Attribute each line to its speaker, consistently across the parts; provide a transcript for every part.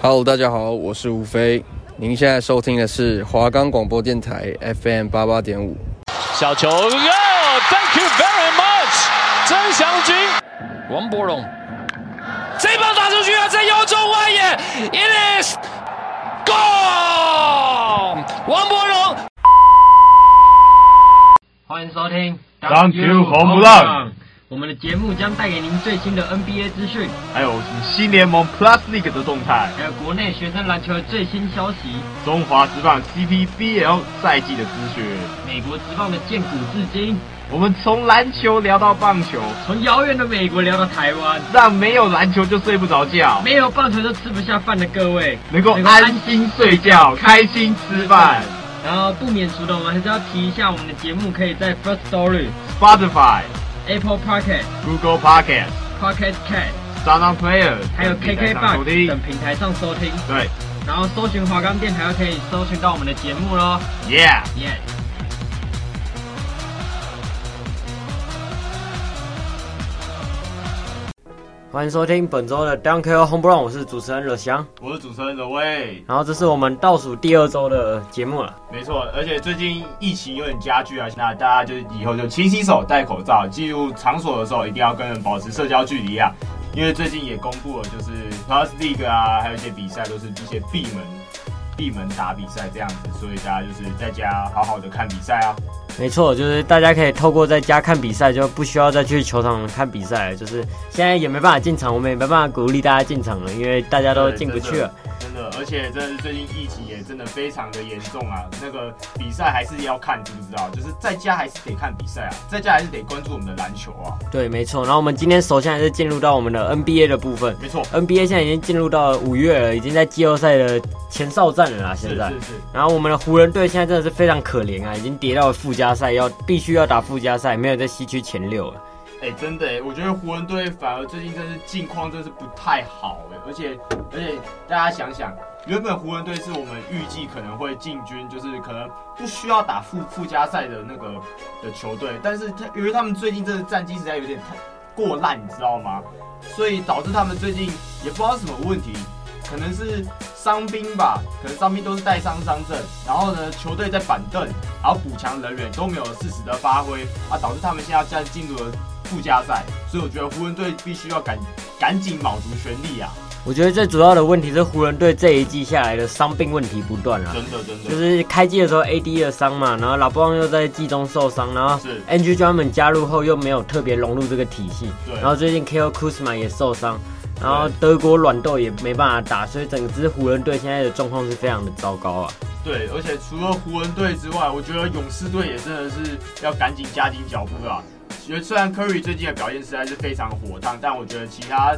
Speaker 1: Hello，大家好，我是吴飞。您现在收听的是华冈广播电台 FM 八八点五。
Speaker 2: 小球，Thank you very much，曾祥军，王柏荣，这棒打出去啊，在腰中外野，It is gone，王柏荣。
Speaker 3: 欢迎收听
Speaker 4: Thank you，红不
Speaker 3: 浪
Speaker 4: 浪。
Speaker 3: 我们的节目将带给您最新的 NBA 资讯，
Speaker 4: 还有新联盟 Plus League 的动态，
Speaker 3: 还有国内学生篮球的最新消息，
Speaker 4: 中华职棒 CPBL 赛季的资讯。
Speaker 3: 美国职棒的建股至今，
Speaker 4: 我们从篮球聊到棒球，
Speaker 3: 从遥远的美国聊到台湾，
Speaker 4: 让没有篮球就睡不着觉，
Speaker 3: 没有棒球都吃不下饭的各位
Speaker 4: 能够安心睡觉，开心吃饭。。
Speaker 3: 然后不免俗的，我们还是要提一下，我们的节目可以在 First Story、
Speaker 4: Spotify、
Speaker 3: Apple Pocket、
Speaker 4: Google Pocket、
Speaker 3: Pocket Cast，
Speaker 4: Sound On Player，
Speaker 3: 还有
Speaker 4: 等平台上收
Speaker 3: KKBox 等
Speaker 4: 听。
Speaker 3: 平台上收听，
Speaker 4: 对
Speaker 3: 然后搜寻华冈电台就可以搜寻到我们的节目喽。
Speaker 4: ，Yeah。
Speaker 3: 耶、
Speaker 5: 欢迎收听本周的 Dunker Home Run，我是主持人惹翔。
Speaker 4: 我是主持人的魏，
Speaker 5: 然后这是我们倒数第二周的节目了。
Speaker 4: 没错，而且最近疫情有点加剧啊，那大家就以后就勤洗手、戴口罩，进入场所的时候一定要跟人保持社交距离啊。因为最近也公布了，就是 Plus League 啊，还有一些比赛都是一些闭门、闭门打比赛这样子，所以大家就是在家好好的看比赛啊。
Speaker 5: 没错，就是大家可以透过在家看比赛，就不需要再去球场看比赛了。就是现在也没办法进场，我们也没办法鼓励大家进场了，因为大家都进不去了。
Speaker 4: 真的，而且真的是最近疫情也真的非常的严重啊。那个比赛还是要看，知不知道？就是在家还是得看比赛啊，在家还是得关注我们的篮球啊。
Speaker 5: 对，没错。然后我们今天首先还是进入到我们的 NBA 的部分。
Speaker 4: 没错，
Speaker 5: NBA 现在已经进入到五月了，已经在季后赛的前哨战了啦。
Speaker 4: 是
Speaker 5: 现在，
Speaker 4: 是是。
Speaker 5: 然后我们的湖人队现在真的是非常可怜啊，已经跌到了附加赛，要必须要打附加赛，没有在西区前六了。
Speaker 4: 哎、真的哎、我觉得湖人队反而最近真是境况真是不太好哎、而且而且大家想想，原本湖人队是我们预计可能会进军，就是可能不需要打附附加赛的那个的球队，但是他因为他们最近真的战绩实在有点太过烂，你知道吗？所以导致他们最近也不知道是什么问题，可能是伤兵吧，可能伤兵都是带伤伤阵，然后呢，球队在板凳，然后补强人员都没有适时的发挥啊，导致他们现在在进入了附加赛，所以我觉得湖人队必须要赶赶紧卯足全力啊！
Speaker 5: 我觉得最主要的问题是湖人队这一季下来的伤病问题不断啊
Speaker 4: 真，的真的，
Speaker 5: 就是开季的时候 AD 的伤嘛，然后老布朗又在季中受伤，然后
Speaker 4: 是
Speaker 5: NG 专门加入后又没有特别融入这个体系，
Speaker 4: 对
Speaker 5: 然后最近 KO Kuzma 也受伤，然后
Speaker 4: 对
Speaker 5: 德国软豆也没办法打，所以整支湖人队现在的状况是非常的糟糕啊。
Speaker 4: 对，而且除了湖人队之外，我觉得勇士队也真的是要赶紧加紧脚步啦。觉得虽然 Curry 最近的表现实在是非常火烫，但我觉得其他，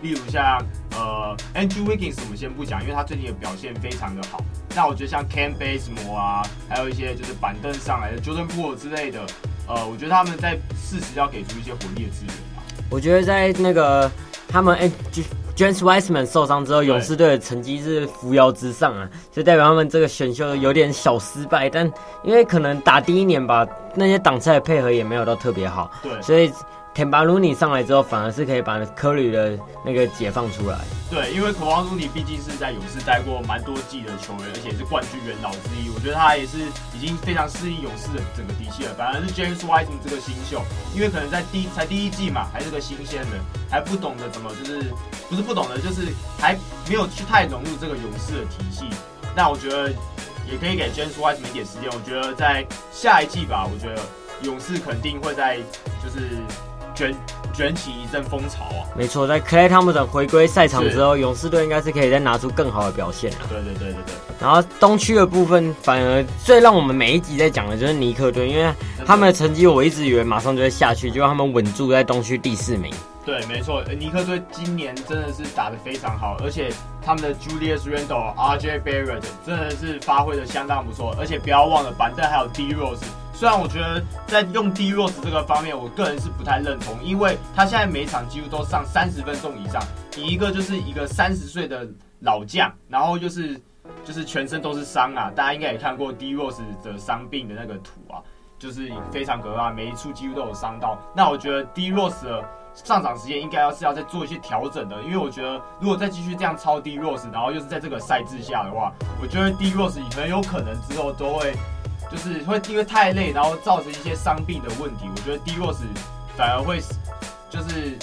Speaker 4: 例如像呃 Andrew Wiggins 我们先不讲，因为他最近的表现非常的好。那我觉得像 Cam Bazemore 啊，还有一些就是板凳上来的 Jordan Poole 之类的，呃，我觉得他们在适时要给出一些火力的支援啊。
Speaker 5: 我觉得在那个他们哎、J- James Wiseman 受伤之后，勇士队的成绩是扶摇直上啊，就代表他们这个选秀有点小失败，但因为可能打第一年吧，那些挡拆的配合也没有到特别好，
Speaker 4: 对，
Speaker 5: 所以田巴鲁尼上来之后，反而是可以把科里的那个解放出来。
Speaker 4: 对，因为孔王鲁尼毕竟是在勇士待过蛮多季的球员，而且是冠军元老之一，我觉得他也是已经非常适应勇士的整个体系了。反而是 James Wiseman 这个新秀，因为可能在第才第一季嘛，还是个新鲜人，还不懂得怎么就是不是不懂得，就是还没有去太融入这个勇士的体系。那我觉得也可以给 James Wiseman 一点时间，我觉得在下一季吧，我觉得勇士肯定会在就是卷卷起一阵风潮啊。
Speaker 5: 没错，在 Clay Thompson 回归赛场
Speaker 4: 是
Speaker 5: 之后，勇士队应该是可以再拿出更好的表现了。
Speaker 4: 对对对对对。
Speaker 5: 然后东区的部分，反而最让我们每一集在讲的就是尼克队，因为他们的成绩我一直以为马上就会下去，结果他们稳住在东区第四名。
Speaker 4: 对，没错，呃尼克队今年真的是打得非常好，而且他们的 Julius Randle、RJ Barrett 真的是发挥的相当不错，而且不要忘了板凳还有 D Rose。虽然我觉得在用 D Rose 这个方面，我个人是不太认同，因为他现在每场几乎都上三十分钟以上，你一个就是一个三十岁的老将，然后就是就是全身都是伤啊，大家应该也看过 D Rose 的伤病的那个图啊，就是非常可怕，每一处几乎都有伤到。那我觉得 D Rose 的上场时间应该要是要再做一些调整的，因为我觉得如果再继续这样超 D Rose，然后又是在这个赛制下的话，我觉得 D Rose 很有可能之后都会就是会因为太累，然后造成一些伤病的问题。我觉得 D Rose 反而会就是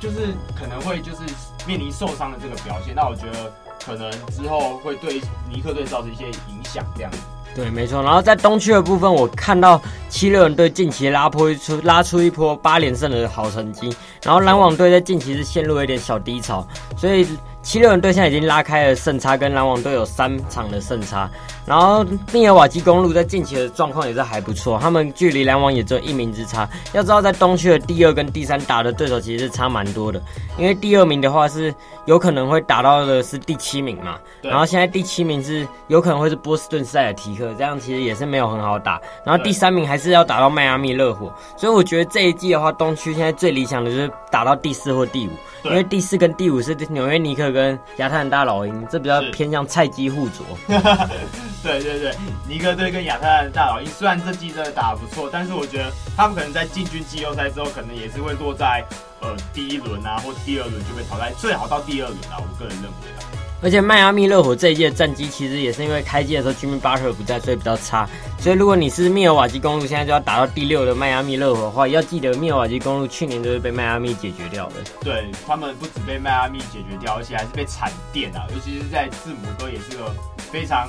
Speaker 4: 就是可能会就是面临受伤的这个表现。那我觉得可能之后会对尼克队造成一些影响，这样子。
Speaker 5: 对，没错。然后在东区的部分，我看到七六人队近期拉坡一出拉出一波八连胜的好成绩，然后篮网队在近期是陷入了一点小低潮，所以七六人队现在已经拉开了胜差，跟篮网队有三场的胜差。然后密尔瓦基公路在近期的状况也是还不错，他们距离篮网也只有一名之差。要知道，在东区的第二跟第三打的对手其实是差蛮多的，因为第二名的话是有可能会打到的是第七名嘛，
Speaker 4: 对
Speaker 5: 然后现在第七名是有可能会是波士顿塞尔提克，这样其实也是没有很好打。然后第三名还是要打到迈阿密热火，所以我觉得这一季的话，东区现在最理想的就是打到第四或第五，因
Speaker 4: 对
Speaker 5: 为第四跟第五是纽约尼克跟亚特兰大老鹰，这比较
Speaker 4: 是
Speaker 5: 偏向菜鸡互啄。
Speaker 4: 对对对，尼克队跟亚特兰大老鹰虽然这季真的打得不错，但是我觉得他们可能在进军季后赛之后，可能也是会落在呃第一轮啊或第二轮就被淘汰，最好到第二轮啊，我个人认为啊。
Speaker 5: 而且迈阿密热火这一届的战绩其实也是因为开季的时候 Jimmy Butler 不在，所以比较差。所以如果你是密尔瓦基公路现在就要打到第六的迈阿密热火的话，要记得密尔瓦基公路去年就是被迈阿密解决掉的。
Speaker 4: 对他们不止被迈阿密解决掉，而且还是被惨电啊，尤其是在字母哥也是个非常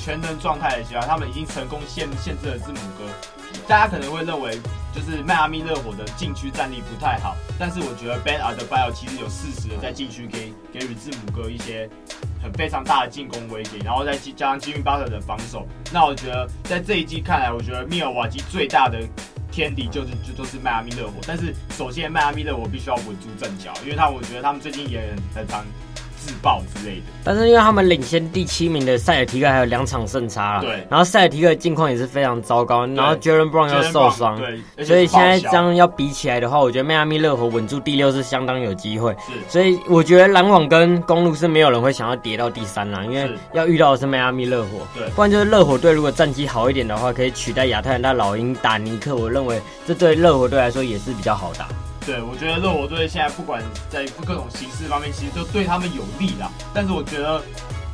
Speaker 4: 全能状态的情况下，他们已经成功限限制了字母哥。大家可能会认为就是迈阿密热火的禁区战力不太好，但是我觉得 Ben Adebayo 其实有适时的在禁区给给予字母哥一些很非常大的进攻威胁，然后再加上 Jimmy Butler 的防守，那我觉得在这一季看来，我觉得密尔瓦基最大的天敌就是就就是迈阿密热火，但是首先迈阿密热火必须要稳住阵脚，因为他我觉得他们最近也很很常自爆之类的。
Speaker 5: 但是因为他们领先第七名的塞尔提克还有两场胜差了，啊
Speaker 4: 对
Speaker 5: 然后塞尔提克的近况也是非常糟糕，然后 Jalen Brown 又
Speaker 4: Jalen
Speaker 5: 受
Speaker 4: Brown，
Speaker 5: 伤，
Speaker 4: 对，而且
Speaker 5: 所以
Speaker 4: 是报
Speaker 5: 现在
Speaker 4: 销
Speaker 5: 这样要比起来的话，我觉得迈阿密热火稳住第六是相当有机会。
Speaker 4: 是
Speaker 5: 所以我觉得篮网跟公路是没有人会想要跌到第三啦，因为
Speaker 4: 是
Speaker 5: 要遇到的是迈阿密热火。
Speaker 4: 对
Speaker 5: 不然就是热火队如果战绩好一点的话，可以取代亚特兰大老鹰打尼克，我认为这对热火队来说也是比较好打。
Speaker 4: 对，我觉得热火队现在不管在各种形式方面，其实都对他们有利啦。但是我觉得，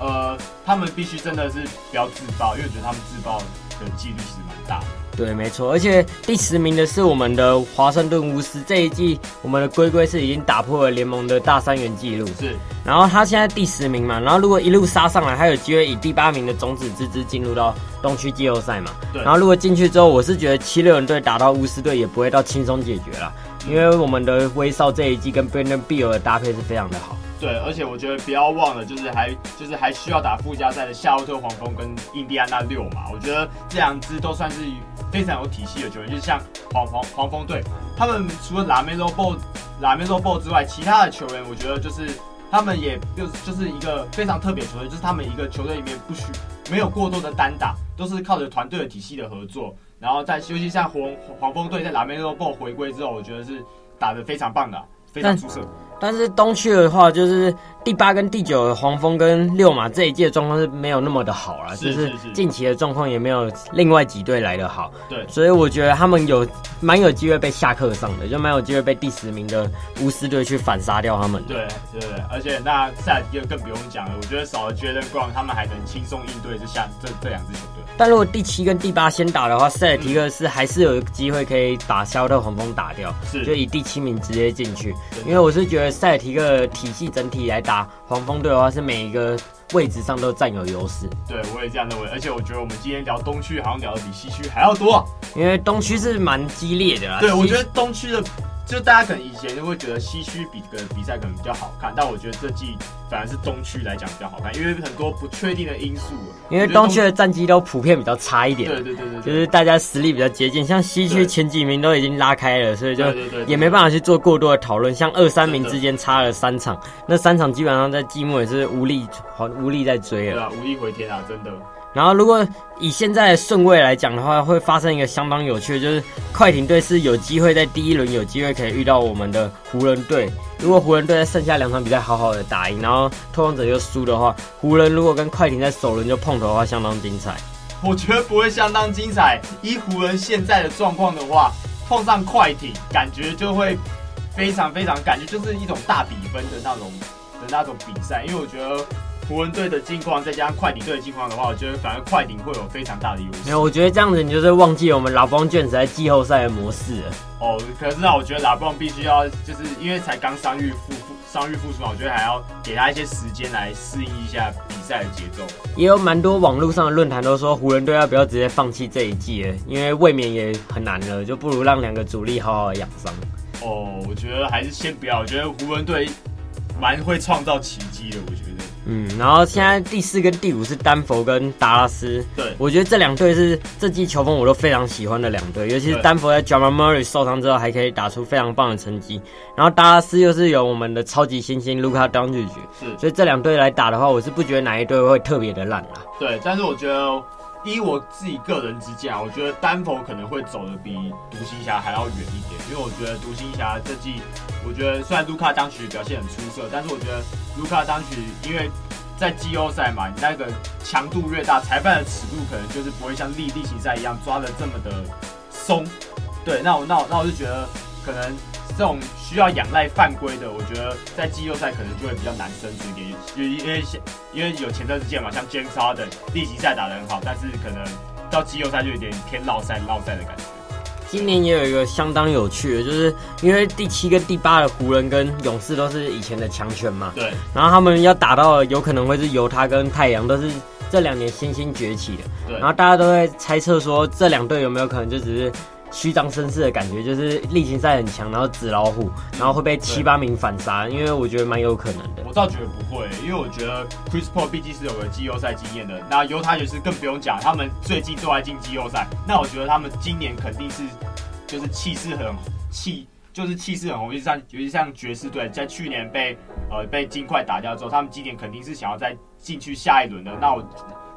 Speaker 4: 呃，他们必须真的是不要自爆，因为我觉得他们自爆的几率其实蛮大的。
Speaker 5: 对，没错，而且第十名的是我们的华盛顿巫师，这一季我们的龟龟是已经打破了联盟的大三元纪录，
Speaker 4: 是，
Speaker 5: 然后他现在第十名嘛，然后如果一路杀上来，他有机会以第八名的种子之姿进入到东区季后赛嘛。
Speaker 4: 对
Speaker 5: 然后如果进去之后，我是觉得七六人队打到巫师队也不会到轻松解决啦，因为我们的威少这一季跟 Brandon Beal 的搭配是非常的好。
Speaker 4: 对，而且我觉得不要忘了，就是还就是还需要打附加赛的夏洛特黄蜂跟印第安纳六嘛。我觉得这两支都算是非常有体系的球员，就是像黄黄黄蜂队，他们除了拉梅罗鲍拉梅罗鲍之外，其他的球员我觉得就是他们也就是就是一个非常特别的球队，就是他们一个球队里面不许没有过多的单打，都是靠着团队的体系的合作。然后在尤其像黄黄蜂队在拉梅罗鲍回归之后，我觉得是打得非常棒的啊，非常
Speaker 5: 但
Speaker 4: 出色。
Speaker 5: 但是东区的话，就是第八跟第九的黄蜂跟六马这一届的状况是没有那么的好啦，
Speaker 4: 是
Speaker 5: 就是
Speaker 4: 是是
Speaker 5: 近期的状况也没有另外几队来的好，
Speaker 4: 对
Speaker 5: 所以我觉得他们有蛮有机会被下课上的，就蛮有机会被第十名的巫师队去反杀掉他们的。
Speaker 4: 对对，对而且那塞尔提克更不用讲了，我觉得少了 Jalen Brown，他们还能轻松应对这下这这两支球队。
Speaker 5: 但如果第七跟第八先打的话，塞尔提克是还是有机会可以把夏洛特黄蜂打掉，
Speaker 4: 是
Speaker 5: 就以第七名直接进去。
Speaker 4: 真的
Speaker 5: 因为我是觉得塞尔提克的体系整体来打黄蜂队的话，是每一个位置上都占有优势。
Speaker 4: 对，我也这样认为。而且我觉得我们今天聊东区，好像聊的比西区还要多啊、
Speaker 5: 因为东区是蛮激烈的啦。
Speaker 4: 对，
Speaker 5: 西
Speaker 4: 我觉得东区的，就大家可能以前就会觉得西区比个比赛可能比较好看，但我觉得这季反而是东区来讲比较好看，因为很多不确定的因素。啊
Speaker 5: 因为
Speaker 4: 我觉得
Speaker 5: 东区的战绩都普遍比较差一点
Speaker 4: 对，对对对，对
Speaker 5: 就是大家实力比较接近，像西区
Speaker 4: 对
Speaker 5: 前几名都已经拉开了，所以就
Speaker 4: 对对对对
Speaker 5: 也没办法去做过多的讨论。像二三名
Speaker 4: 真的
Speaker 5: 之间差了三场，那三场基本上在季末也是无力好无力在追
Speaker 4: 对
Speaker 5: 了。
Speaker 4: 啊，无力回天啊，真的。
Speaker 5: 然后如果以现在的顺位来讲的话，会发生一个相当有趣的，就是快艇队是有机会在第一轮有机会可以遇到我们的湖人队。如果湖人队在剩下两场比赛好好的打赢，然后拓荒者又输的话，湖人如果跟快艇在首轮就碰头的话，相当精彩。
Speaker 4: 我觉得不会相当精彩。依湖人现在的状况的话，碰上快艇，感觉就会非常非常感觉就是一种大比分的那种的那种比赛，因为我觉得湖人队的近况再加上快艇队的近况的话，我觉得反而快艇会有非常大的优
Speaker 5: 没
Speaker 4: 势。
Speaker 5: 有，我觉得这样子你就是忘记我们老邦卷子在季后赛的模式了。
Speaker 4: 哦，可是啊，我觉得拉布朗必须要就是因为才刚伤愈复复伤愈复出嘛，我觉得还要给他一些时间来适应一下比赛的节奏。
Speaker 5: 也有蛮多网络上的论坛都说，湖人队要不要直接放弃这一季了？因为卫冕也很难了，就不如让两个主力好好养伤。
Speaker 4: 哦，我觉得还是先不要，我觉得湖人队蛮会创造奇迹的，我觉得。
Speaker 5: 嗯，然后现在第四跟第五是丹佛跟达拉斯。
Speaker 4: 对
Speaker 5: 我觉得这两队是这季球风我都非常喜欢的两队，尤其是
Speaker 4: 对
Speaker 5: 丹佛在 Jamal Murray 受伤之后还可以打出非常棒的成绩，然后达拉斯又是有我们的超级新星 Luka Doncic，
Speaker 4: 是
Speaker 5: 所以这两队来打的话，我是不觉得哪一队会特别的烂啊啦。
Speaker 4: 对，但是我觉得依我自己个人之见啊，我觉得丹佛可能会走的比独行侠还要远一点，因为我觉得独行侠这季，我觉得虽然卢卡当曲表现很出色，但是我觉得卢卡当曲因为在季后赛嘛，你那个强度越大，裁判的尺度可能就是不会像例例行赛一样抓的这么的松。对，那我那我那我就觉得可能。这种需要仰赖犯规的，我觉得在季后赛可能就会比较难生存一点，因为因为像因为有前段时间嘛，像 James Harden 例行赛打得很好，但是可能到季后赛就有点偏落赛落赛的感觉。
Speaker 5: 今年也有一个相当有趣的，就是因为第七跟第八的湖人跟勇士都是以前的强权嘛，
Speaker 4: 对，
Speaker 5: 然后他们要打到的有可能会是犹他跟太阳，都是这两年新兴崛起的。
Speaker 4: 对
Speaker 5: 然后大家都会猜测说，这两队有没有可能就只是虚张声势的感觉，就是例行赛很强，然后纸老虎，然后会被七
Speaker 4: 对
Speaker 5: 八名反杀，因为我觉得蛮有可能的。
Speaker 4: 我倒觉得不会，因为我觉得 Chris Paul 毕竟是有个季后赛经验的，那犹他爵士更不用讲，他们最近都在进季后赛，那我觉得他们今年肯定是就是气势很气，就是气势很红，尤其像尤其像爵士队在去年被呃被金块打掉之后，他们今年肯定是想要再进去下一轮的，那我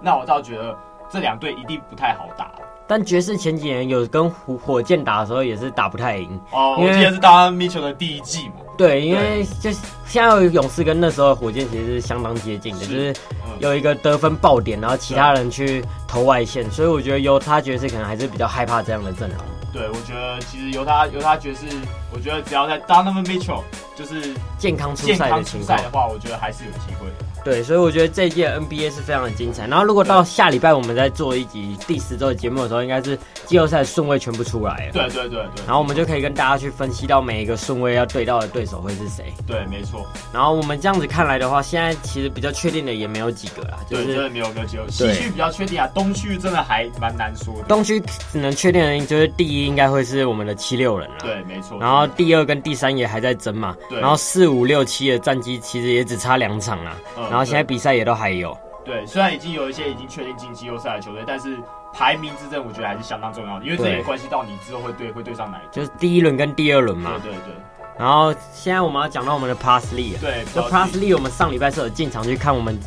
Speaker 4: 那我倒觉得这两队一定不太好打。
Speaker 5: 但爵士前几年有跟火火箭打的时候也是打不太赢，
Speaker 4: 哦，
Speaker 5: 因
Speaker 4: 我
Speaker 5: 为
Speaker 4: 记得是打 Mitchell 的第一季嘛，
Speaker 5: 对，因为就是现在勇士跟那时候的火箭其实是相当接近的，
Speaker 4: 是
Speaker 5: 就是
Speaker 4: 嗯
Speaker 5: 有一个得分爆点，然后其他人去投外线，所以我觉得犹他爵士可能还是比较害怕这样的阵容。
Speaker 4: 对，我觉得其实犹他犹他爵士，我觉得只要在 Donovan Mitchell 就是
Speaker 5: 健康出
Speaker 4: 健
Speaker 5: 赛的
Speaker 4: 康
Speaker 5: 情
Speaker 4: 出
Speaker 5: 况
Speaker 4: 赛，的啊话，我觉得还是有机会的。
Speaker 5: 对，所以我觉得这一届的 NBA 是非常的精彩。然后如果到下礼拜我们再做一集第十周的节目的时候，应该是季后赛顺位全部出来了。，
Speaker 4: 对对对对
Speaker 5: 然后我们就可以跟大家去分析到每一个顺位要对到的对手会是谁。
Speaker 4: 对，没错，
Speaker 5: 然后我们这样子看来的话，现在其实比较确定的也没有几个啦，就
Speaker 4: 对，真
Speaker 5: 是
Speaker 4: 的没有没有机会。西
Speaker 5: 对
Speaker 4: 区比较确定啊，东区真的还蛮难说的。
Speaker 5: 东区只能确定的就是第一应该会是我们的七六人啦。。
Speaker 4: 对，没错。
Speaker 5: 然后第二跟第三也还在争嘛，
Speaker 4: 对
Speaker 5: 然后四五六七的战绩其实也只差两场啦，
Speaker 4: 嗯
Speaker 5: 然后现在
Speaker 4: 对
Speaker 5: 比赛也都还有，
Speaker 4: 对，虽然已经有一些已经确定进季后赛的球队，但是排名之争我觉得还是相当重要的，因为这
Speaker 5: 对
Speaker 4: 也关系到你之后会对会对上哪一队。
Speaker 5: 就是第一轮跟第二轮嘛，
Speaker 4: 对对对
Speaker 5: 然后现在我们要讲到我们的啊 Parsley，了
Speaker 4: 对，
Speaker 5: 就
Speaker 4: 不要
Speaker 5: Parsley，我们上礼拜是有进场去看我们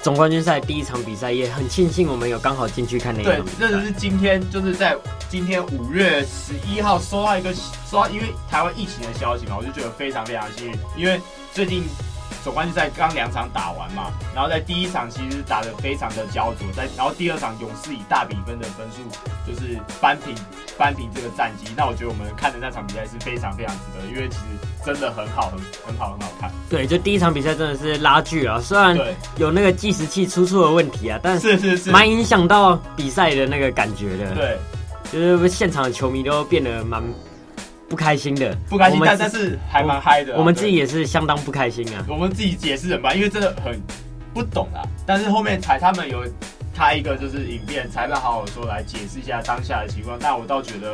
Speaker 5: 总冠军赛第一场比赛，也很庆幸我们有刚好进去看那一
Speaker 4: 对
Speaker 5: 场比，
Speaker 4: 这只
Speaker 5: 赛。
Speaker 4: 是今天就是在今天五月十一号收到一个收到，因为台湾疫情的消息嘛，我就觉得非常非常幸运，因为最近总冠军赛刚两场打完嘛，然后在第一场其实打得非常的焦灼，在然后第二场勇士以大比分的分数就是扳平扳平这个战绩，那我觉得我们看的那场比赛是非常非常值得的，因为其实真的很好很很好很好看，
Speaker 5: 对，就第一场比赛真的是拉锯啊，虽然
Speaker 4: 对
Speaker 5: 有那个计时器出错的问题啊，但
Speaker 4: 是
Speaker 5: 是
Speaker 4: 是是，
Speaker 5: 蛮影响到比赛的那个感觉的，
Speaker 4: 对
Speaker 5: 就是现场的球迷都变得蛮不开心的，
Speaker 4: 不甘
Speaker 5: 我
Speaker 4: 心，
Speaker 5: 们
Speaker 4: 但
Speaker 5: 自
Speaker 4: 但是还蛮嗨的啊、
Speaker 5: 我们
Speaker 4: 对
Speaker 5: 自己也是相当不开心啊。
Speaker 4: 我们自己解释人吧，因为真的很不懂啊。但是后面才他们有开一个就是影片，裁判好好说来解释一下当下的情况。但我倒觉得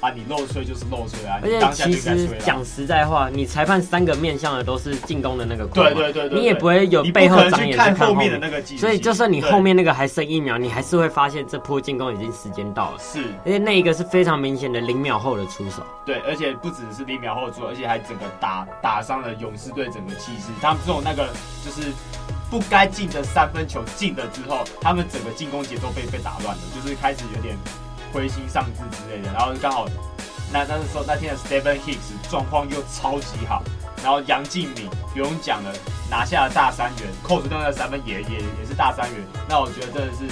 Speaker 4: 啊，你漏吹就是漏吹啊，
Speaker 5: 而
Speaker 4: 你
Speaker 5: 且
Speaker 4: 当下就
Speaker 5: 其
Speaker 4: 应该
Speaker 5: 实
Speaker 4: 吹了。
Speaker 5: 讲实在话，你裁判三个面向的都是进攻的那个框嘛
Speaker 4: 对对对对，
Speaker 5: 你也不会有
Speaker 4: 你不
Speaker 5: 背后
Speaker 4: 可能
Speaker 5: 长
Speaker 4: 去
Speaker 5: 眼看
Speaker 4: 看后
Speaker 5: 面
Speaker 4: 面的那个技术，
Speaker 5: 所以就算你
Speaker 4: 对
Speaker 5: 后面那个还剩一秒，你还是会发现这波进攻已经时间到了，
Speaker 4: 是
Speaker 5: 而且那一个是非常明显的零秒后的出手。
Speaker 4: 对，而且不只是零秒后出，而且还整个打打伤了勇士队整个气势。他们这种那个就是不该进的三分球进了之后，他们整个进攻节奏被被打乱了，就是开始有点灰心丧志之类的。然后刚好那那时候那天的 Stephen Hicks 状况又超级好，然后杨敬敏不用讲了，拿下了大三元，扣除掉那三分也也也是大三元。那我觉得真的是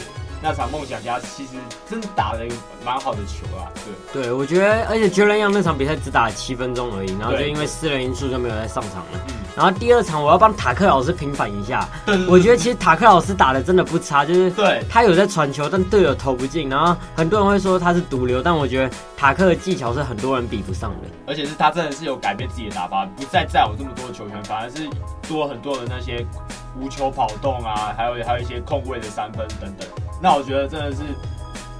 Speaker 4: 那场梦想家其实真的打了一个蛮好的球啊，对。
Speaker 5: 对，我觉得，而且 j o r a n 那场比赛只打了七分钟而已，然后就
Speaker 4: 对
Speaker 5: 因为私人因素就没有再上场了。
Speaker 4: 嗯
Speaker 5: 然后第二场我要帮塔克老师平反一下
Speaker 4: 对对，对
Speaker 5: 我觉得其实塔克老师打的真的不 差，就是
Speaker 4: 对
Speaker 5: 他有在传球，但队友投不进。然后很多人会说他是毒瘤，但我觉得塔克的技巧是很多人比不上的。
Speaker 4: 而且是他真的是有改变自己的打法，不再占有这么多的球权，反而是多了很多的那些无球跑动啊，还有还有一些空位的三分等等。那我觉得真的是，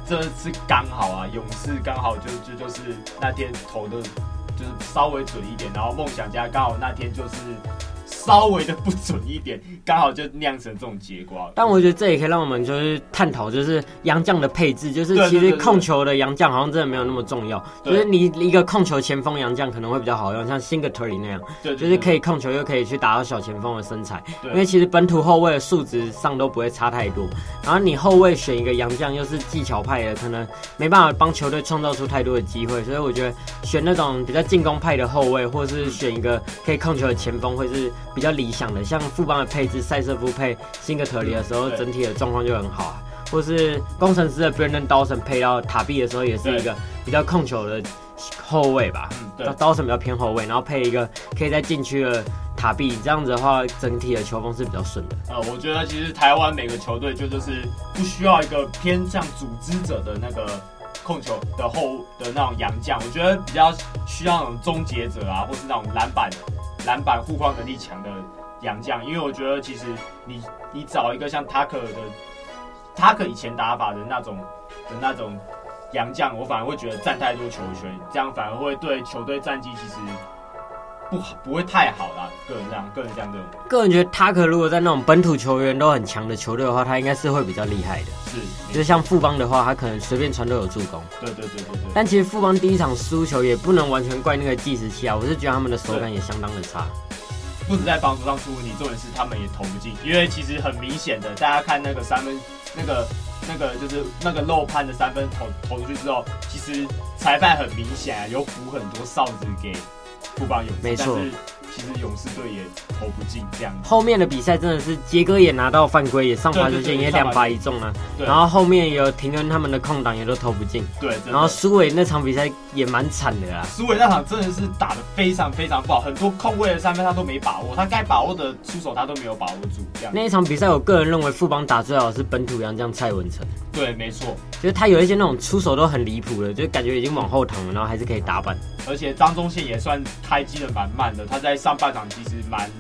Speaker 4: 真的是刚好啊，勇士刚好就就就是那天投的，就是稍微准一点，然后梦想家刚好那天就是稍微的不准一点，刚好就酿成这种结果。啊
Speaker 5: 但我觉得这也可以让我们就是探讨，就是洋将的配置，就是
Speaker 4: 对对
Speaker 5: 其
Speaker 4: 对
Speaker 5: 实
Speaker 4: 对对
Speaker 5: 控球的洋将好像真的没有那么重要，
Speaker 4: 对
Speaker 5: 就是你一个控球前锋洋将可能会比较好用，像 Singletary 那样，
Speaker 4: 对
Speaker 5: 就是可
Speaker 4: 以，
Speaker 5: 以控球又可以去打到小前锋的身材，
Speaker 4: 对
Speaker 5: 因为其实本土后卫的数值上都不会差太多，然后你后卫选一个洋将又是技巧派的，可能没办法帮球队创造出太多的机会，所以我觉得选那种比较进攻派的后卫，或
Speaker 4: 嗯
Speaker 5: 是选一个可以控球的前锋，会是比较理想的。像富邦的配置，塞瑟夫配辛格特里的时候，
Speaker 4: 嗯对
Speaker 5: 整体的状况就很好啊。或是工程师的 Brandon Dawson 配到塔比的时候，也是一个比较控球的后卫吧。
Speaker 4: 嗯，对
Speaker 5: 刀，刀神比较偏后卫，然后配一个可以在禁区的塔壁，这样子的话，整体的球风是比较顺的。
Speaker 4: 呃，我觉得其实台湾每个球队就就是不需要一个偏向组织者的那个控球的后的那种洋将，我觉得比较需要那种终结者啊，或是那种篮板篮板护框能力强的洋将，因为我觉得其实你你找一个像塔克的塔克以前打法的那种的那种洋将，我反而会觉得占太多球权，这样反而会对球队战绩其实不好，不会太好啦。个人这样，个人这样认为
Speaker 5: 个人觉得塔克如果在那种本土球员都很强的球队的话，他应该是会比较厉害的。
Speaker 4: 是，
Speaker 5: 就像富邦的话，他可能随便传都有助攻。
Speaker 4: 对对对对对。
Speaker 5: 但其实富邦第一场输球也不能完全怪那个计时器啊，我是觉得他们的手感也相当的差。
Speaker 4: 不止在防守上出问题，重点是他们也投不进，因为其实很明显的，大家看那个三分，那个那个就是那个漏判的三分投投出去之后，其实裁判很明显、啊、有补很多哨子给富邦勇士，
Speaker 5: 没错
Speaker 4: 但是其实勇士队也投不进这样子。
Speaker 5: 后面的比赛真的是杰哥也拿到犯规，也上罚球
Speaker 4: 对对
Speaker 5: 线，
Speaker 4: 对
Speaker 5: 也两罚一中啊。
Speaker 4: 对，
Speaker 5: 然后后面有廷恩他们的空档也都投不进，
Speaker 4: 对，真的
Speaker 5: 然后苏伟那场比赛也蛮惨的啦。
Speaker 4: 苏伟那场真的是打得非常非常不好，很多空位的三分他都没把握，他该把握的出手他都没有把握住，这样
Speaker 5: 那一场比赛，我个人认为富邦打最好的是本土洋将蔡文成，
Speaker 4: 对，没错。
Speaker 5: 就是他有一些那种出手都很离谱的，就感觉已经往后躺了，然后还是可以打板。
Speaker 4: 而且张忠宪也算开机的蛮慢的，他在上半场其实蛮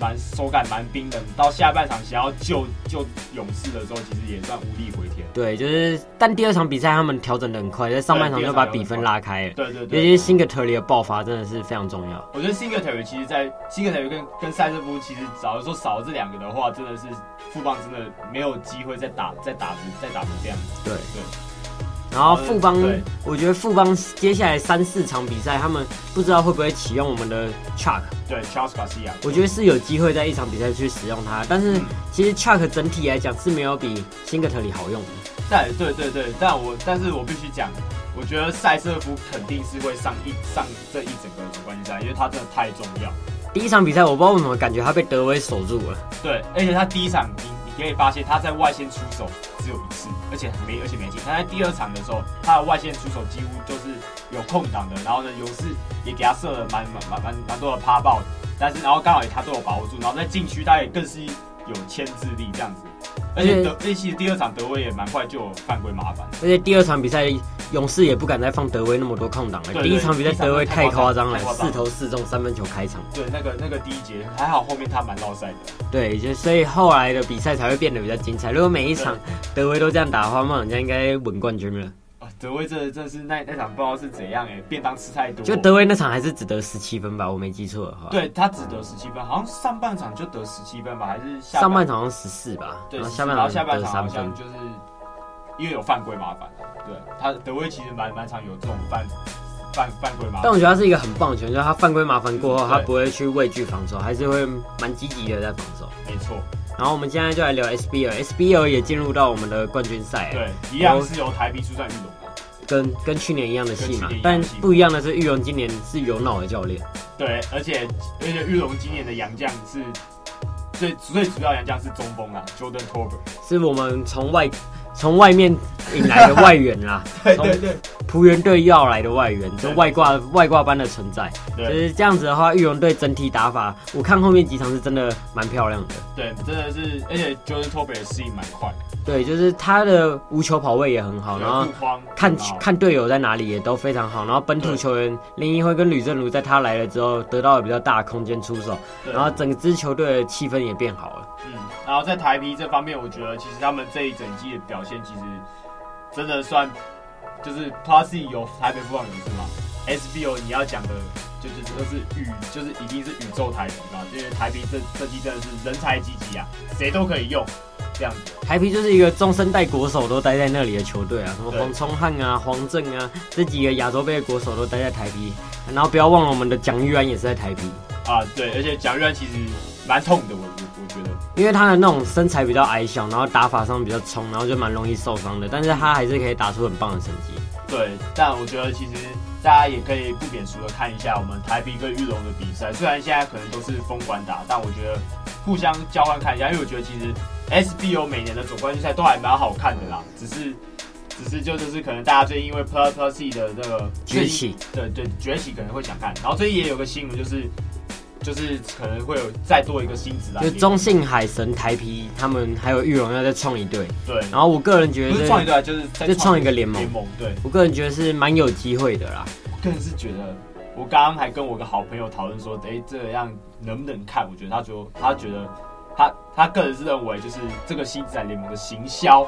Speaker 4: 蛮手感蛮冰冷，到下半场想要救救勇士的时候，其实也算无力回天。
Speaker 5: 对，就是但第二场比赛他们调整的很快，在上半场就把比分拉开了。
Speaker 4: 对对
Speaker 5: 尤
Speaker 4: 对，
Speaker 5: 其是辛格特里的爆发真的是非常重要。
Speaker 4: 我觉得 Singletary 其实在 Singletary 跟跟塞斯夫其实，假如说少了这两个的话，真的是富邦真的没有机会再打再打再打成这样子。
Speaker 5: 对
Speaker 4: 对。
Speaker 5: 然后富邦
Speaker 4: 对，
Speaker 5: 我觉得富邦接下来三四场比赛，他们不知道会不会启用我们的 Chuck，
Speaker 4: 对，Charles Garcia，
Speaker 5: 我觉得是有机会在一场比赛去使用他，但是
Speaker 4: 嗯
Speaker 5: 其实 Chuck 整体来讲是没有比辛格特里好用的。
Speaker 4: 但对对对，但我但是我必须讲，我觉得塞瑟夫肯定是会上一上这一整个总冠军赛，因为他真的太重要。
Speaker 5: 第一场比赛我不知道为什么感觉他被德威守住了，
Speaker 4: 对，而且他第一场你你可以发现他在外线出手只有一次，而且没而且没进。他在第二场的时候，他的外线出手几乎就是有空档的，然后呢，勇士也给他射了蛮蛮蛮蛮蛮多的趴爆，但是然后刚好也他都有把握住，然后在禁区他也更是有牵制力这样子。而且德，这其实第二场德威也蛮快就有犯规麻烦，
Speaker 5: 而且第二场比赛勇士也不敢再放德威那么多空档了。
Speaker 4: 对
Speaker 5: 第一场比赛德威太夸张了
Speaker 4: 太，夸张
Speaker 5: 四投四中三分球开场，
Speaker 4: 对，那个那个第一节还好，后面他蛮落赛的，
Speaker 5: 对，就所以后来的比赛才会变得比较精彩。如果每一场德威都这样打的话，那人家应该稳冠军了。
Speaker 4: 啊，德威真的真的是那那场不知道是怎样哎、便当吃太多，
Speaker 5: 就德威那场还是只得十七分吧，我没记错的话。，
Speaker 4: 对他只得十七分，好像上半场就得十七分吧，还是下
Speaker 5: 上半场好像十四吧，
Speaker 4: 对，
Speaker 5: 然后
Speaker 4: 17
Speaker 5: 下
Speaker 4: 然后
Speaker 5: 半
Speaker 4: 下
Speaker 5: 场
Speaker 4: 半
Speaker 5: 得
Speaker 4: 场
Speaker 5: 三
Speaker 4: 好
Speaker 5: 分
Speaker 4: 像。就是因为有犯规麻烦，啊对他德威其实蛮蛮常有这种犯犯犯规麻
Speaker 5: 但
Speaker 4: 烦，
Speaker 5: 我觉得他是一个很棒的球员，就是他犯规麻烦过后，
Speaker 4: 嗯对
Speaker 5: 他不会去畏惧防守，还是会蛮积极的在防守。
Speaker 4: 没错，
Speaker 5: 然后我们现在就来聊 SBL，SBL 也进入到我们的冠军赛了，
Speaker 4: 对，一样是由台啤出战玉龙嘛，
Speaker 5: 跟跟去年一样的戏
Speaker 4: 跟
Speaker 5: 嘛
Speaker 4: 去年一样的戏，
Speaker 5: 但不一样的是，玉龙今年是有脑的教练，
Speaker 4: 对，而且而且玉龙今年的洋将是最最主要洋将是中锋啦，Jordan Torber。
Speaker 5: 是我们从外从外面引来 的外援啦，
Speaker 4: 对对对
Speaker 5: 仆员队要来的外援，就
Speaker 4: 对
Speaker 5: 外挂外挂般的存在。就
Speaker 4: 对
Speaker 5: 是这样子的话，玉龙队整体打法，我看后面几场是真的蛮漂亮的。
Speaker 4: 对，真的是，而且 Jordan Torber 也适应蛮快，
Speaker 5: 对，就是他的无球跑位也很好，
Speaker 4: 对
Speaker 5: 哦然后
Speaker 4: 护框
Speaker 5: 看
Speaker 4: 很好
Speaker 5: 看队友在哪里也都非常好，然后本土
Speaker 4: 对
Speaker 5: 球员林一辉跟吕正儒在他来了之后得到了比较大的空间出手，
Speaker 4: 对
Speaker 5: 然后整支球队的气氛也变好了。
Speaker 4: 嗯，然后在台啤这方面，我觉得其实他们这一整季的表现，其实真的算就是 Plus 有台北富邦勇士嘛，SBO 你要讲的，就是这是宇，就是已经是宇宙台啤嘛，因为台啤这这季真的是人才济济啊，谁都可以用这样子。
Speaker 5: 台皮就是一个中生代国手都待在那里的球队啊，什么
Speaker 4: 对
Speaker 5: 黄聪汉啊、黄正啊，这几个亚洲杯的国手都待在台皮。然后不要忘了我们的蒋玉安也是在台皮，
Speaker 4: 啊，对，而且蒋玉安其实蛮痛的，我我我觉得，
Speaker 5: 因为他的那种身材比较矮小，然后打法上比较冲，然后就蛮容易受伤的，但是他还是可以打出很棒的成绩。
Speaker 4: 对，但我觉得其实大家也可以不免俗的看一下我们台啤跟玉龙的比赛，虽然现在可能都是封馆打，但我觉得互相交换看一下，因为我觉得其实 SBO 每年的总冠军赛都还蛮好看的啦，只是。只是就就是可能大家最近因为 Plus Plus C 的那个
Speaker 5: 崛起，
Speaker 4: 对对崛起可能会想看，然后最近也有个新闻就是就是可能会有再多一个新职来
Speaker 5: 就
Speaker 4: 也，
Speaker 5: 中信海神、台皮他们还有玉龙要再创一队，
Speaker 4: 对，
Speaker 5: 然后我个人觉
Speaker 4: 不
Speaker 5: 得
Speaker 4: 是
Speaker 5: 这
Speaker 4: 创一队啊，就是再
Speaker 5: 就创一个联盟
Speaker 4: 联盟对，
Speaker 5: 我个人觉得是蛮有机会的啦。
Speaker 4: 个人是觉得，我刚刚还跟我个好朋友讨论说，哎、这样能不能看？我觉得他觉得他觉得他他个人是认为，就是这个新自然联盟的行销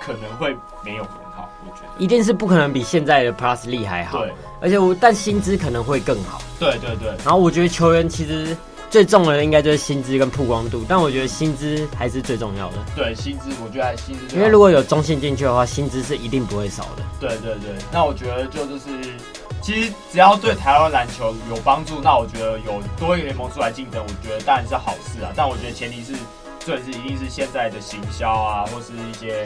Speaker 4: 可能会没有很好，我觉得。
Speaker 5: 一定是不可能比现在的 Plus 厉害好
Speaker 4: 对，
Speaker 5: 而且我但薪资可能会更好。
Speaker 4: 对对对
Speaker 5: 然后我觉得球员其实最重要的应该就是薪资跟曝光度，但我觉得薪资还是最重要的，
Speaker 4: 对，薪资我觉得还薪资最
Speaker 5: 因
Speaker 4: 好，
Speaker 5: 为如果有中信进去的话，薪资是一定不会少的。
Speaker 4: 对对对，那我觉得就就是。其实只要对台湾篮球有帮助，那我觉得有多一个联盟出来竞争，我觉得当然是好事啊。但我觉得前提是，最是一定是现在的行销啊，或是一些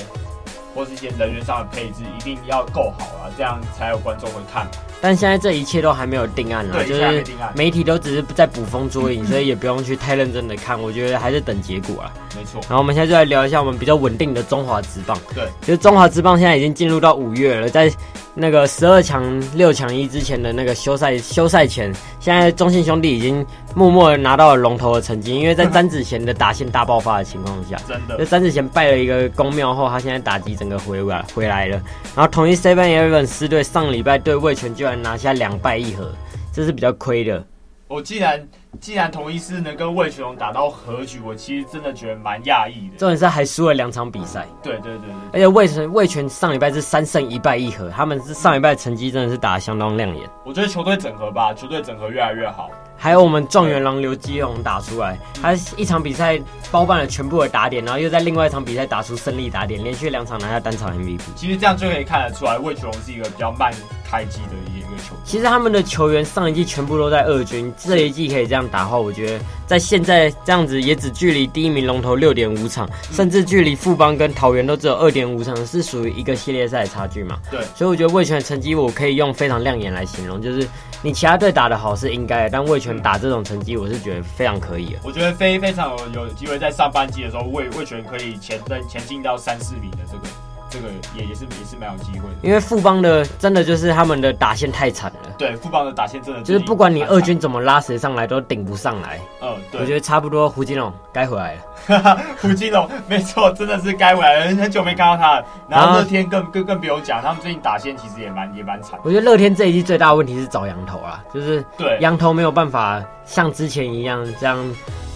Speaker 4: 或是一些人员上的配置一定要够好啊，这样才有观众会看。
Speaker 5: 但现在这一切都还没有定案啊，
Speaker 4: 对
Speaker 5: 就
Speaker 4: 现在还没
Speaker 5: 是
Speaker 4: 定案
Speaker 5: 媒体都只是在捕风 捉影，所以也不用去太认真的看，我觉得还是等结果啊。
Speaker 4: 没错，
Speaker 5: 然后我们现在就来聊一下我们比较稳定的中华职棒。
Speaker 4: 对，
Speaker 5: 就是中华职棒现在已经进入到五月了，在那个十二强、六强一之前的那个休赛休赛前，现在中信兄弟已经默默地拿到了龙头的成绩，因为在詹子贤的打线大爆发的情况下。
Speaker 4: 真
Speaker 5: 就
Speaker 4: 的，
Speaker 5: 詹子贤败了一个公庙后，他现在打击整个回来回来了。然后同一 Seven Eleven 四队上礼拜对魏权居然拿下两败一和，这是比较亏的。
Speaker 4: 我既然既然同一师能跟魏全龙打到和局，我其实真的觉得蛮讶异的。
Speaker 5: 重点是还输了两场比赛。
Speaker 4: 对对对对，
Speaker 5: 而且魏权魏权上礼拜是三胜一败一和，他们是上礼拜成绩真的是打得相当亮眼。
Speaker 4: 我觉得球队整合吧，球队整合越来越好。
Speaker 5: 还有我们状元郎刘基宏打出来，他一场比赛包办了全部的打点，然后又在另外一场比赛打出胜利打点，连续两场拿下单场 MVP。
Speaker 4: 其实这样就可以看得出来，魏全龙是一个比较慢开机的一个球队。
Speaker 5: 其实他们的球员上一季全部都在二军，这一季可以这样打的话，我觉得在现在这样子也只距离第一名龙头六点五场，甚至距离富邦跟桃园都只有二点五场，是属于一个系列赛的差距嘛？
Speaker 4: 对
Speaker 5: 所以我觉得魏权的成绩我可以用非常亮眼来形容，就是你其他队打得好是应该的，但魏权打这种成绩，我是觉得非常可以的。
Speaker 4: 我觉得非非常有有机会在上半季的时候，魏魏全可以前登前进到三四名的这个这个也也是也是蛮有机会的。
Speaker 5: 因为富邦的真的就是他们的打线太惨了，
Speaker 4: 对，富邦的打线真的
Speaker 5: 就是不管你二军，怎么拉谁上来都顶不上来。
Speaker 4: 嗯，
Speaker 5: 我
Speaker 4: 对，
Speaker 5: 觉得差不多，胡金龙该回来了。
Speaker 4: 胡金龙没错，真的是该回来了，很久没看到他了。然
Speaker 5: 然
Speaker 4: 后
Speaker 5: 后
Speaker 4: 乐天更更更不用讲，他们最近打线其实也蛮也蛮惨的。
Speaker 5: 我觉得乐天这一季最大的问题是找羊头啊，就是
Speaker 4: 对，
Speaker 5: 羊头没有办法像之前一样这样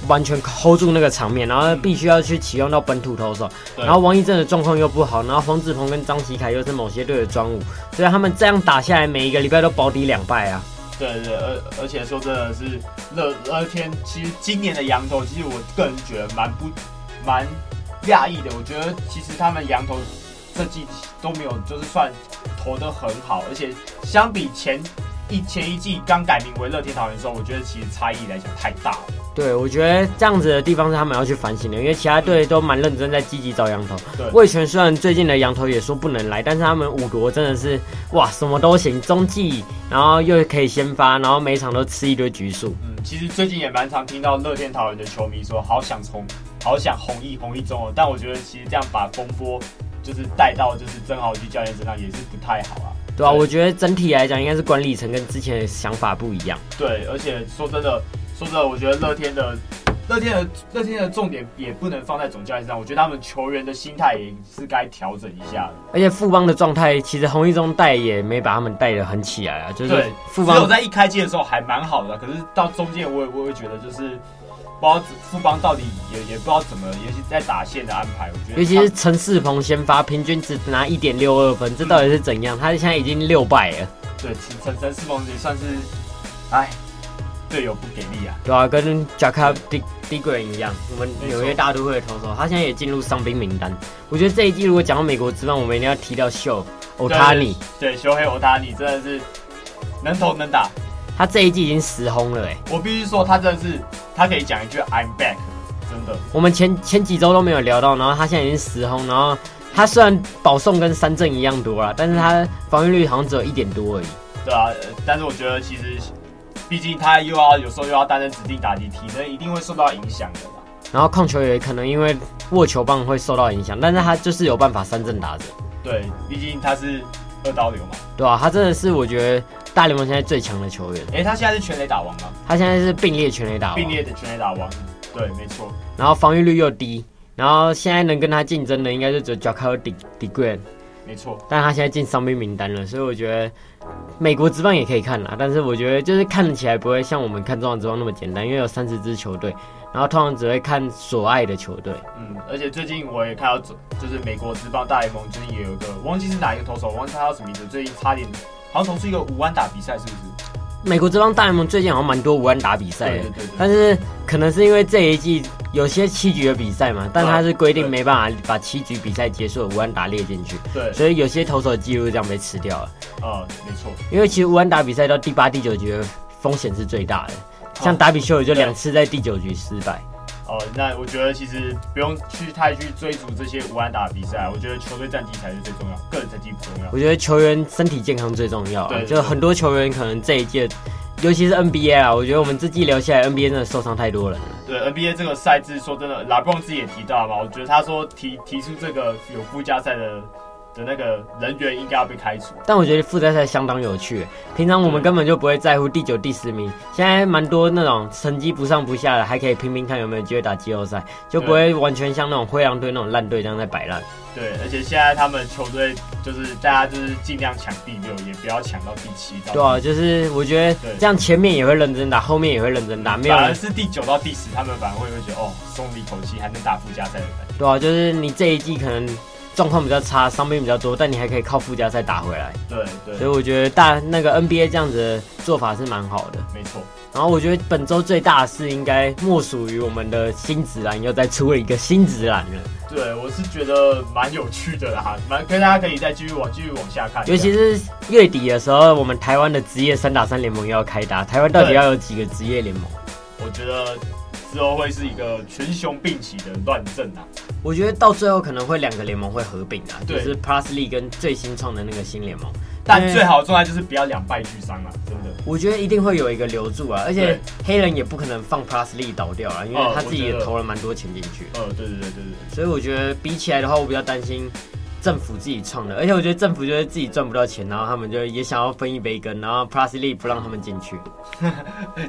Speaker 5: 完全 hold 住那个场面，然后必须要去启用到本土投手，
Speaker 4: 对
Speaker 5: 然后王一正的状况又不好，然后黄志鹏跟张喜凯又是某些队的专武，所以他们这样打下来，每一个礼拜都保底两败啊。
Speaker 4: 对对对，而而且说真的是乐乐天，其实今年的羊头，其实我个人觉得蛮不蛮讶异的。我觉得其实他们羊头这季都没有，就是算投的很好，而且相比前一前一季刚改名为乐天桃园的时候，我觉得其实差异来讲太大了。
Speaker 5: 对，我觉得这样子的地方是他们要去反省的，因为其他队都蛮认真在积极找羊头
Speaker 4: 对。
Speaker 5: 魏权虽然最近的羊头也说不能来，但是他们五夺真的是哇，什么都行，中继，然后又可以先发，然后每场都吃一堆局数。
Speaker 4: 嗯，其实最近也蛮常听到乐天桃园的球迷说，好想从，好想红一红一中哦。但我觉得其实这样把风波就是带到就是曾豪居教练身上也是不太好啊。
Speaker 5: 对啊，
Speaker 4: 对
Speaker 5: 我觉得整体来讲应该是管理层跟之前的想法不一样。
Speaker 4: 对，而且说真的，说真的，我觉得乐天的乐天的乐天的重点也不能放在总教练身上，我觉得他们球员的心态也是该调整一下的。
Speaker 5: 而且富邦的状态，其实洪一中带也没把他们带得很起来啊，就是
Speaker 4: 对，
Speaker 5: 富
Speaker 4: 只有
Speaker 5: 邦
Speaker 4: 在一开机的时候还蛮好的，可是到中间我也我也觉得就是。不知道富邦到底也也不知道怎么，尤其在打线的安排，我觉得
Speaker 5: 尤其
Speaker 4: 他
Speaker 5: 是陈世鹏先发，平均只拿一点六二分，这到底是怎样？他现在已经六败了，
Speaker 4: 对，其实陈陈世鹏也算是，哎，队友不给力啊。
Speaker 5: 对啊，跟 Jacob D D g r e n 一样，我们
Speaker 4: 没错
Speaker 5: 纽约大都会的投手，他现在也进入伤兵名单。我觉得这一季如果讲到美国之棒，我们一定要提到秀哦欧塔尼，
Speaker 4: 对，修黑欧塔尼真的是能投能打，
Speaker 5: 他这一季已经十轰了哎、
Speaker 4: 我必须说他真的是，他可以讲一句 I'm back，真的。
Speaker 5: 我们前前几周都没有聊到，然后他现在已经十轰，然后他虽然保送跟三振一样多啦，啊但是他防御率好像只有一点多而已。
Speaker 4: 对啊，呃但是我觉得其实，毕竟他又要有时候又要担任指定打击，体能一定会受到影响的啦。
Speaker 5: 然后控球也可能因为握球棒会受到影响，但是他就是有办法三振打者，
Speaker 4: 对，毕竟他是二刀流嘛。
Speaker 5: 对啊吧、他真的是我觉得大联盟现在最强的球员，
Speaker 4: 诶、他现在是全垒打王嘛，
Speaker 5: 他现在是并列全垒打王
Speaker 4: 并列的全垒打王。对，没错。
Speaker 5: 然后防御率又低，然后现在能跟他竞争的应该就只有 j a c o d d g r e n
Speaker 4: 没错，
Speaker 5: 但他现在进伤病名单了，所以我觉得美国职棒也可以看啦。但是我觉得就是看起来不会像我们看中华职棒那么简单，因为有三十支球队，然后通常只会看所爱的球队。
Speaker 4: 嗯，而且最近我也看到，就是美国职棒大联盟最近也有一个，忘记是哪一个投手，忘记他叫什么名字，最近差点好像投出一个五安打比赛，是不是？
Speaker 5: 美国职棒大联盟最近好像蛮多无安打比赛的
Speaker 4: 对对对对，
Speaker 5: 但是可能是因为这一季有些七局的比赛嘛，但它是规定
Speaker 4: 对
Speaker 5: 没办法把七局比赛结束的无安打列进去，
Speaker 4: 对，
Speaker 5: 所以有些投手的记录这样被吃掉了。
Speaker 4: 呃，没错，
Speaker 5: 因为其实无安打比赛到第八、第九局的风险是最大的，像达比修也就两次在第九局失败。
Speaker 4: 哦、那我觉得其实不用去太去追逐这些无安打比赛，我觉得球队战绩才是最重要，个人成绩不重要。
Speaker 5: 我觉得球员身体健康最重要、啊
Speaker 4: 对，对
Speaker 5: 就很多球员可能这一届，尤其是 NBA 啊，我觉得我们这季聊下来，NBA 真的受伤太多人了。
Speaker 4: 对 NBA 这个赛制，说真的，拉布朗自己也提到嘛，我觉得他说提提出这个有附加赛的的那个人员应该要被开除。
Speaker 5: 但我觉得附加赛相当有趣，平常我们根本就不会在乎第九、第十名，现在蛮多那种成绩不上不下的，还可以拼拼看有没有机会打季后赛，就不会完全像那种灰狼队那种烂队这样在摆烂。
Speaker 4: 对，而且现在他们球队就是大家就是尽量抢第六，也不要抢到第七到。
Speaker 5: 对啊，就是我觉得
Speaker 4: 对
Speaker 5: 这样前面也会认真打，后面也会认真打，没有
Speaker 4: 反而
Speaker 5: 人
Speaker 4: 是第九到第十，他们反而会会觉得哦，松了一口气，还能打附加赛的感觉。
Speaker 5: 对啊，就是你这一季可能状况比较差，伤病比较多，但你还可以靠附加赛打回来，
Speaker 4: 对
Speaker 5: 所
Speaker 4: 对，
Speaker 5: 以我觉得大那个 NBA 这样子的做法是蛮好的。
Speaker 4: 没错。
Speaker 5: 然后我觉得本周最大的事应该莫属于我们的新职篮又再出了一个新职篮了。
Speaker 4: 对，我是觉得蛮有趣的啦，蛮跟大家可以再继续往继续往下看。
Speaker 5: 尤其是月底的时候，我们台湾的职业三打三联盟又要开打，台湾到底
Speaker 4: 对
Speaker 5: 要有几个职业联盟？
Speaker 4: 我觉得之后会是一个群雄并起的乱阵啊。
Speaker 5: 我觉得到最后可能会两个联盟会合并啊，就
Speaker 4: 对
Speaker 5: 是 Plus League 跟最新创的那个新联盟。
Speaker 4: 但最好的状态就是不要两败俱伤啊，真的。
Speaker 5: 我觉得一定会有一个留住啊，而且
Speaker 4: 对
Speaker 5: 黑人也不可能放 Plus League 倒掉啊，因为
Speaker 4: 哦
Speaker 5: 他自己
Speaker 4: 我觉
Speaker 5: 也
Speaker 4: 得
Speaker 5: 投了蛮多钱进去，
Speaker 4: 呃，对对对对对，
Speaker 5: 所以我觉得比起来的话，我比较担心。政府自己创的，而且我觉得政府就是自己赚不到钱，然后他们就也想要分一杯羹，然后 Plus League 不让他们进去，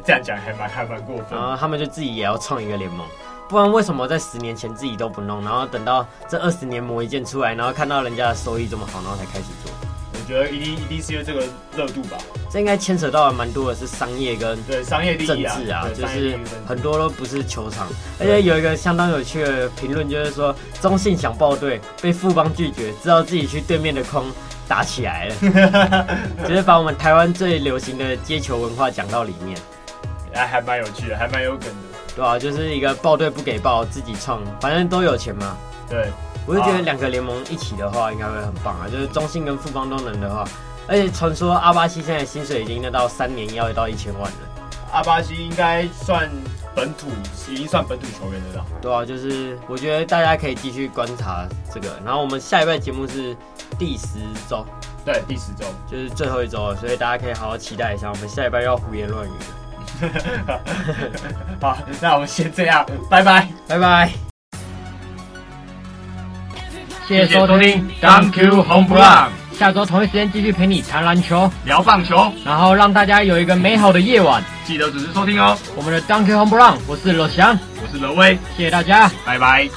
Speaker 4: 这样讲还蛮还蛮过分
Speaker 5: 然。后他们就自己也要创一个联盟，不然为什么在十年前自己都不弄，然后等到这二十年磨一剑出来，然后看到人家的收益这么好，然后才开始做？
Speaker 4: 我觉得一定一定是因为这个热度吧，
Speaker 5: 这应该牵扯到了蛮多的是商业跟
Speaker 4: 对商业利
Speaker 5: 政
Speaker 4: 益啊，
Speaker 5: 治啊，
Speaker 4: 对
Speaker 5: 就
Speaker 4: 商业利
Speaker 5: 是
Speaker 4: 益跟
Speaker 5: 很
Speaker 4: 政治
Speaker 5: 多都不是球场。而
Speaker 4: 对
Speaker 5: 且有一个相当有趣的评论，就是说中信想报队被富邦拒绝，知道自己去对面的空打起来 了，就是把我们台湾最流行的接球文化讲到里面。
Speaker 4: 哎还蛮有趣的，还蛮有梗的。
Speaker 5: 对啊，就是一个报队不给报，自己创，反正都有钱嘛。
Speaker 4: 对，
Speaker 5: 我就觉得
Speaker 4: 啊
Speaker 5: 两个联盟一起的话，应该会很棒啊！就是中信跟富邦都能的话，而且传说阿巴西现在薪水已经到三年要到一千万了，
Speaker 4: 阿巴西应该算本土，已经算本土球员的了啦。
Speaker 5: 对啊，就是我觉得大家可以继续观察这个。然后我们下一拜节目是第十周，
Speaker 4: 对，第十周，
Speaker 5: 就是最后一周了，所以大家可以好好期待一下，我们下一拜要胡言乱语了，
Speaker 4: 好，那我们先这样，拜拜。
Speaker 5: 拜拜。
Speaker 3: 谢谢收听 Thank You Home Run，下周同一时间继续陪你谈篮球，
Speaker 4: 聊棒球，
Speaker 3: 然后让大家有一个美好的夜晚。
Speaker 4: 记得准时收听哦。
Speaker 3: 我们的 Donkey Home Brown，我是罗翔，
Speaker 4: 我是乐威，
Speaker 3: 谢谢大家。
Speaker 4: 拜拜。